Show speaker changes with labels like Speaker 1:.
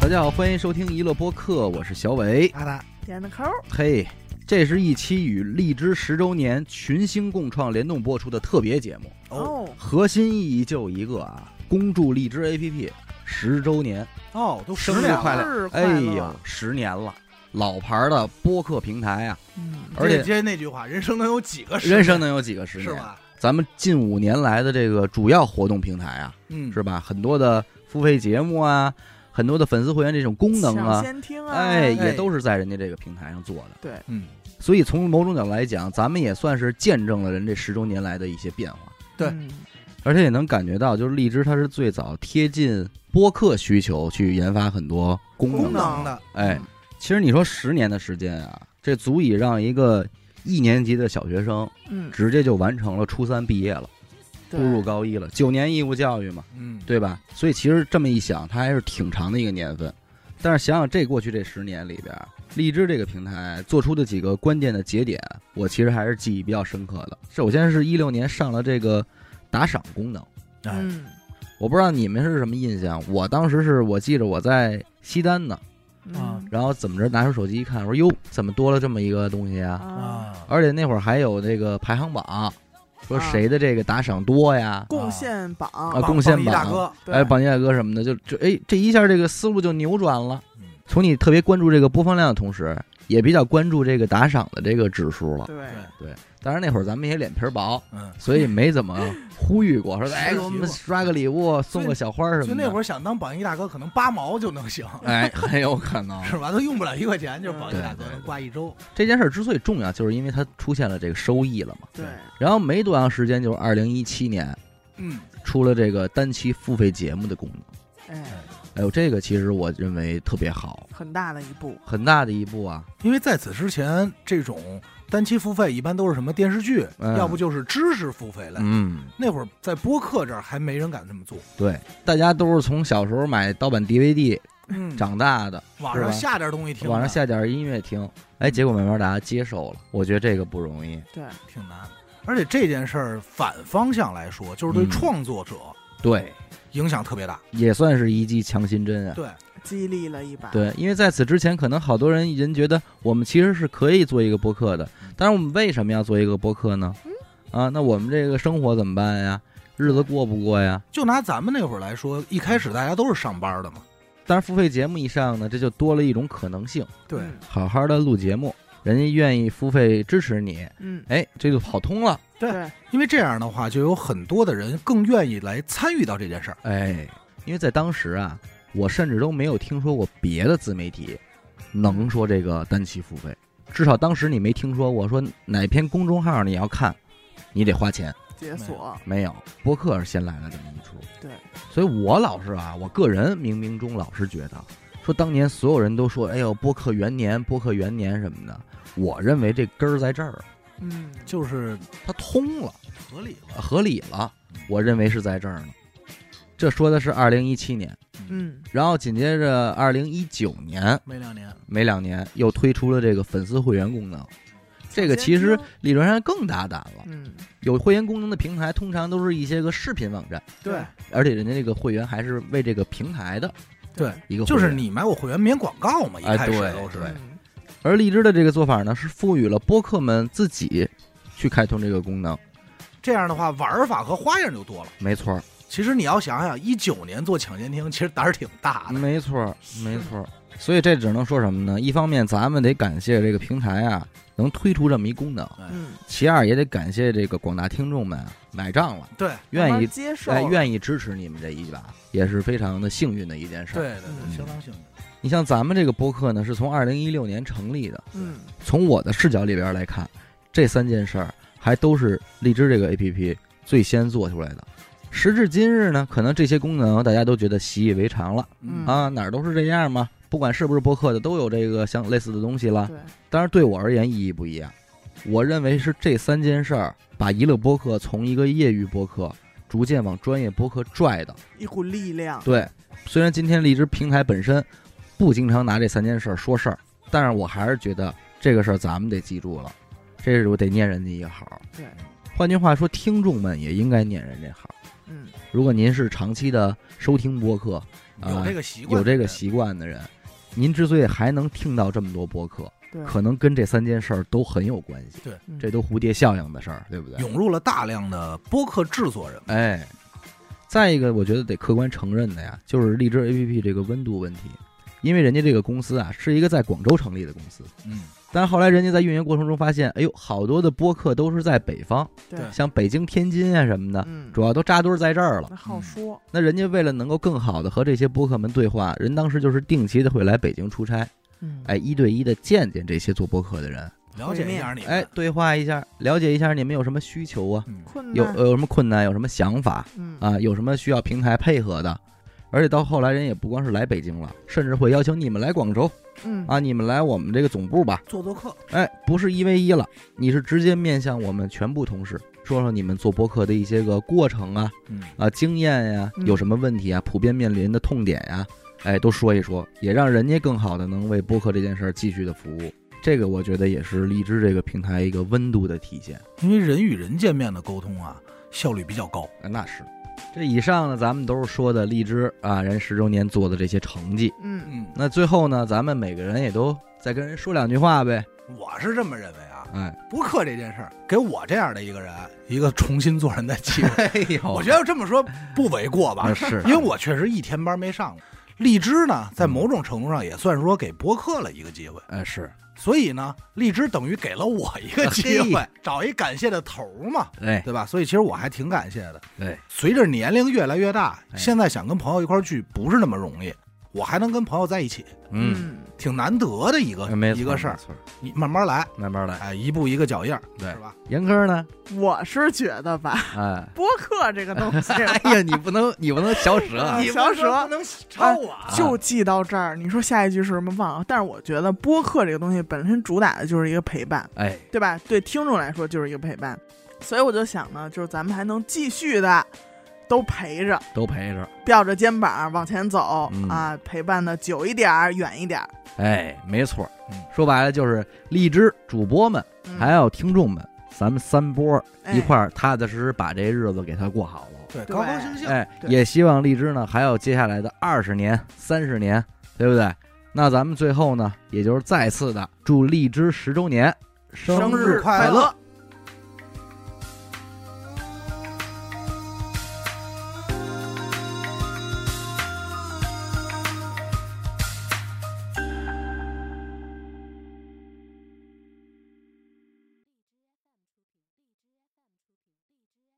Speaker 1: 大家好，欢迎收听娱乐播客，我是小伟。
Speaker 2: 阿达，
Speaker 3: 点的扣，
Speaker 1: 嘿，这是一期与荔枝十周年群星共创联动播出的特别节目，
Speaker 2: 哦
Speaker 3: 哦，
Speaker 1: 核心意义就一个啊，恭祝荔枝 APP 十周年，
Speaker 2: 哦，都十
Speaker 1: 生日
Speaker 2: 年
Speaker 1: 快
Speaker 2: 了，
Speaker 1: 乐！
Speaker 3: 生日
Speaker 1: 哎
Speaker 3: 快乐
Speaker 1: 呦，十年了，老牌的播客平台啊，
Speaker 3: 嗯，
Speaker 1: 而且
Speaker 2: 接接那句话，人生能有几个十年
Speaker 1: 人生能有几个十年？嗯
Speaker 2: 是吧？
Speaker 1: 咱们近五年来的这个主要活动平台啊，
Speaker 2: 嗯，
Speaker 1: 是吧？很多的付费节目啊，很多的粉丝会员这种功能
Speaker 3: 抢
Speaker 1: 啊，
Speaker 3: 先听啊，
Speaker 1: 哎，也
Speaker 2: 哎
Speaker 1: 都是在人家这个平台上做的。
Speaker 2: 嗯，
Speaker 1: 所以从某种角度来讲，咱们也算是见证了人这十周年来的一些变化，
Speaker 2: 对
Speaker 3: 嗯，
Speaker 1: 而且也能感觉到，就是荔枝它是最早贴近播客需求去研发很多功能
Speaker 2: 功
Speaker 1: 的。
Speaker 2: 能的，
Speaker 1: 哎
Speaker 3: 嗯，
Speaker 1: 其实你说十年的时间啊，这足以让一个一年级的小学生
Speaker 3: 嗯，
Speaker 1: 直接就完成了初三毕业了，步
Speaker 3: 对
Speaker 1: 入高一了，九年义务教育嘛，
Speaker 2: 嗯，
Speaker 1: 对吧？所以其实这么一想，它还是挺长的一个年份。但是想想这过去这十年里边，荔枝这个平台做出的几个关键的节点，我其实还是记忆比较深刻的。首先是一六年上了这个打赏功能，
Speaker 2: 哎，
Speaker 3: 嗯
Speaker 1: 我不知道你们是什么印象，我当时是我记着我在西单呢，
Speaker 2: 啊
Speaker 3: 嗯
Speaker 1: 然后怎么着拿出手机一看，我说哟，怎么多了这么一个东西啊？
Speaker 3: 啊，
Speaker 2: 啊，
Speaker 1: 而且那会儿还有这个排行榜，说
Speaker 3: 啊
Speaker 1: 谁的这个打赏多呀？
Speaker 3: 贡献榜
Speaker 1: 啊
Speaker 2: 棒
Speaker 1: 贡献
Speaker 2: 棒一大
Speaker 1: 榜
Speaker 2: 哥，
Speaker 3: 对
Speaker 1: 哎，榜一大哥什么的，就就哎，这一下这个思路就扭转了。
Speaker 2: 嗯
Speaker 1: 从你特别关注这个播放量的同时，也比较关注这个打赏的这个指数了。
Speaker 3: 对，
Speaker 1: 当然那会儿咱们也脸皮儿薄，
Speaker 2: 嗯，
Speaker 1: 所以没怎么呼吁过，说
Speaker 2: 是
Speaker 1: 哎给我们
Speaker 2: 是
Speaker 1: 刷个礼物，送个小花儿什
Speaker 2: 就
Speaker 1: 么的。
Speaker 2: 那会
Speaker 1: 儿，
Speaker 2: 儿想当榜一大哥，可能八毛就能行，
Speaker 1: 哎，很有可能。
Speaker 2: 是吧？都用不了一块钱，就是榜一大哥
Speaker 1: 嗯对对
Speaker 2: 能挂一周，
Speaker 1: 这件事儿之所以重要，就是因为它出现了这个收益了嘛。
Speaker 3: 对，
Speaker 1: 然后没多长时间，就是二零一七年
Speaker 2: 嗯，
Speaker 1: 出了这个单期付费节目的功能。
Speaker 3: 哎，
Speaker 1: 哎呦，这个其实我认为特别好，
Speaker 3: 很大的一步，
Speaker 1: 很大的一步啊。
Speaker 2: 因为在此之前，这种单期付费一般都是什么电视剧，
Speaker 1: 嗯
Speaker 2: 要不就是知识付费类。
Speaker 1: 嗯，
Speaker 2: 那会儿在播客这儿还没人敢这么做，
Speaker 1: 对，大家都是从小时候买盗版 DVD
Speaker 2: 嗯
Speaker 1: 长大的，
Speaker 2: 网
Speaker 1: 是吧
Speaker 2: 上下点东西听的，
Speaker 1: 网上下点音乐听，哎，结果慢慢大家接受了，我觉得这个不容易。
Speaker 3: 对，
Speaker 2: 挺难。而且这件事儿反方向来说，就是对
Speaker 1: 嗯
Speaker 2: 创作者
Speaker 1: 对，
Speaker 2: 影响特别大。
Speaker 1: 也算是一剂强心针啊。
Speaker 2: 对，
Speaker 3: 激励了一把，，
Speaker 1: 对，因为在此之前，可能好多人人觉得我们其实是可以做一个播客的，但是我们为什么要做一个播客呢？啊，那我们这个生活怎么办呀？日子过不过呀？
Speaker 2: 就拿咱们那会儿来说，一开始大家都是上班的嘛。
Speaker 1: 但是付费节目一上呢，这就多了一种可能性，
Speaker 2: 对，
Speaker 1: 好好的录节目，人家愿意付费支持你，
Speaker 3: 嗯，
Speaker 1: 哎，这就跑通了。
Speaker 3: 对，
Speaker 2: 因为这样的话，就有很多的人更愿意来参与到这件事儿。
Speaker 1: 哎，因为在当时啊，我甚至都没有听说过别的自媒体能说这个单期付费，至少当时你没听说过说哪篇公众号你要看，你得花钱，
Speaker 3: 解锁，
Speaker 1: 没有，播客是先来了这么一出。
Speaker 3: 对，
Speaker 1: 所以我老是啊，我个人冥冥中老是觉得，说当年所有人都说，哎呦，播客元年，播客元年什么的，我认为这根儿在这儿，
Speaker 3: 嗯，
Speaker 2: 就是
Speaker 1: 它通了，
Speaker 2: 合理了。
Speaker 1: 合理了，我认为是在这儿呢。这说的是二零一七年。
Speaker 3: 嗯，
Speaker 1: 然后紧接着，二零一九年
Speaker 2: 没两年，
Speaker 1: 没两年，又推出了这个粉丝会员功能。这个其实理论上更大胆了。
Speaker 3: 嗯，
Speaker 1: 有会员功能的平台，通常都是一些个视频网站，
Speaker 3: 对，
Speaker 1: 而且人家这个会员还是为这个平台的
Speaker 2: 对，
Speaker 1: 一个会员
Speaker 2: 就是。你买我会员免广告嘛，一
Speaker 1: 哎
Speaker 2: 开始
Speaker 1: 对
Speaker 2: 都是。
Speaker 1: 对
Speaker 3: 嗯
Speaker 1: 而荔枝的这个做法呢，是赋予了播客们自己去开通这个功能。
Speaker 2: 这样的话，玩法和花样就多了。
Speaker 1: 没错儿，
Speaker 2: 其实你要想想，一九年做抢先听，其实胆儿挺大的。
Speaker 1: 没错儿，没错儿。所以这只能说什么呢？一方面，咱们得感谢这个平台啊，能推出这么一功能；
Speaker 3: 嗯，
Speaker 1: 其二，也得感谢这个广大听众们啊买账了。
Speaker 2: 对
Speaker 1: 愿
Speaker 3: 慢
Speaker 1: 意
Speaker 3: 慢接受了，
Speaker 1: 哎愿意支持你们这一把，也是非常的幸运的一件事。，
Speaker 2: 对对
Speaker 1: 嗯
Speaker 2: 对，相当幸运。
Speaker 1: 你像咱们这个播客呢，是从二零一六年成立的。
Speaker 3: 嗯，
Speaker 1: 从我的视角里边来看，这三件事儿还都是荔枝这个 APP 最先做出来的。时至今日呢，可能这些功能大家都觉得习以为常了
Speaker 3: 嗯
Speaker 1: 啊，哪儿都是这样嘛，不管是不是播客的，都有这个像类似的东西了。
Speaker 3: 对，
Speaker 1: 当然，对我而言意义不一样。我认为是这三件事儿把娱乐播客从一个业余播客逐渐往专业播客拽的。
Speaker 3: 一股力量，
Speaker 1: 对，虽然今天荔枝平台本身不经常拿这三件事儿说事儿，但是我还是觉得这个事儿咱们得记住了，这是我得念人家一个好。
Speaker 3: 对，
Speaker 1: 换句话说，听众们也应该念人家好。
Speaker 3: 嗯，
Speaker 1: 如果您是长期的收听播客，
Speaker 2: 有这个习惯，
Speaker 1: 有这个，习惯的人，您之所以还能听到这么多播客，
Speaker 3: 对，
Speaker 1: 可能跟这三件事儿都很有关系。
Speaker 3: 嗯
Speaker 1: 这都蝴蝶效应的事儿，对不对？
Speaker 2: 涌入了大量的播客制作人。
Speaker 1: 哎，再一个，我觉得得客观承认的呀，就是荔枝 APP 这个温度问题，因为人家这个公司啊是一个在广州成立的公司，
Speaker 2: 嗯，
Speaker 1: 但后来人家在运营过程中发现，哎呦，好多的播客都是在北方，
Speaker 3: 对
Speaker 1: 像北京、天津啊什么的，
Speaker 3: 嗯，
Speaker 1: 主要都扎堆儿在这儿了。
Speaker 3: 那好说，
Speaker 1: 那人家为了能够更好的和这些播客们对话，人当时就是定期的会来北京出差，
Speaker 3: 嗯，
Speaker 1: 哎，一对一的见见这些做播客的人，
Speaker 2: 了解一下你们，
Speaker 1: 哎，对话一下，了解一下你们有什么需求啊，
Speaker 2: 嗯，
Speaker 3: 困难
Speaker 1: 有呃有什么困难，有什么想法
Speaker 3: 嗯
Speaker 1: 啊，有什么需要平台配合的。而且到后来，人也不光是来北京了，甚至会邀请你们来广州
Speaker 3: 嗯
Speaker 1: 啊，你们来我们这个总部吧。
Speaker 2: 做做客，
Speaker 1: 哎，不是一 v 一了，你是直接面向我们全部同事，说说你们做播客的一些个过程啊、
Speaker 2: 嗯，
Speaker 1: 啊经验呀、
Speaker 3: 嗯
Speaker 1: 有什么问题啊，普遍面临的痛点呀、哎，都说一说，也让人家更好的能为播客这件事儿继续的服务。这个我觉得也是荔枝这个平台一个温度的体现。
Speaker 2: 因为人与人见面的沟通啊，效率比较高。
Speaker 1: 啊那是。这以上呢，咱们都是说的荔枝啊，人十周年做的这些成绩。
Speaker 3: 嗯
Speaker 2: 嗯，
Speaker 1: 那最后呢，咱们每个人也都再跟人说两句话呗。
Speaker 2: 我是这么认为啊，
Speaker 1: 哎，
Speaker 2: 播客这件事儿给我这样的一个人一个重新做人的机会，
Speaker 1: 哎呦
Speaker 2: 我觉得这么说不为过吧
Speaker 1: 啊？是
Speaker 2: 因为我确实一天班没上过。荔枝呢，在某种程度上也算是说给播客了一个机会，
Speaker 1: 哎是，
Speaker 2: 所以呢，荔枝等于给了我一 个机会
Speaker 1: 嘿，
Speaker 2: 找一感谢的头儿嘛，
Speaker 1: 哎
Speaker 2: 对吧？所以其实我还挺感谢的。
Speaker 1: 对，
Speaker 2: 随着年龄越来越大，
Speaker 1: 哎
Speaker 2: 现在想跟朋友一块儿聚不是那么容易，我还能跟朋友在一起，
Speaker 1: 嗯，
Speaker 2: 挺难得的一个
Speaker 1: 哎
Speaker 3: 嗯
Speaker 1: 没错
Speaker 2: 一个事，儿
Speaker 1: 没。错
Speaker 2: 你慢慢来，
Speaker 1: 慢慢来。
Speaker 2: 哎，一步一个脚印儿，
Speaker 1: 对
Speaker 2: 是吧？
Speaker 1: 严科呢？
Speaker 3: 嗯我是觉得吧，，
Speaker 1: 哎
Speaker 3: 播客这个东西
Speaker 1: 哎呀，你不能你不 能小舌啊
Speaker 3: 哎小蛇
Speaker 2: 不能抄我啊，
Speaker 3: 就记到这儿。你说下一句是什么忘了？但是我觉得播客这个东西本身主打的就是一个陪伴，
Speaker 1: 哎，
Speaker 3: 对吧？对听众来说就是一个陪伴，所以我就想呢，就是咱们还能继续的都陪着，
Speaker 1: 都陪着。
Speaker 3: 吊着肩膀往前走、
Speaker 1: 嗯
Speaker 3: 啊，陪伴的久一点儿，远一点儿。
Speaker 1: 哎，没错
Speaker 2: 嗯。
Speaker 1: 说白了就是荔枝主播们
Speaker 3: 嗯、
Speaker 1: 还有听众们，咱们三波
Speaker 3: 哎
Speaker 1: 一块儿踏踏实实把这日子给它过好了。
Speaker 2: 对，
Speaker 3: 对
Speaker 2: 高高兴兴。
Speaker 1: 哎，
Speaker 3: 对
Speaker 1: 也希望荔枝呢，还有接下来的二十年、三十年，对不对？那咱们最后呢，也就是再次的祝荔枝十周年
Speaker 3: 哎生
Speaker 1: 生
Speaker 3: 日
Speaker 1: 快
Speaker 3: 快乐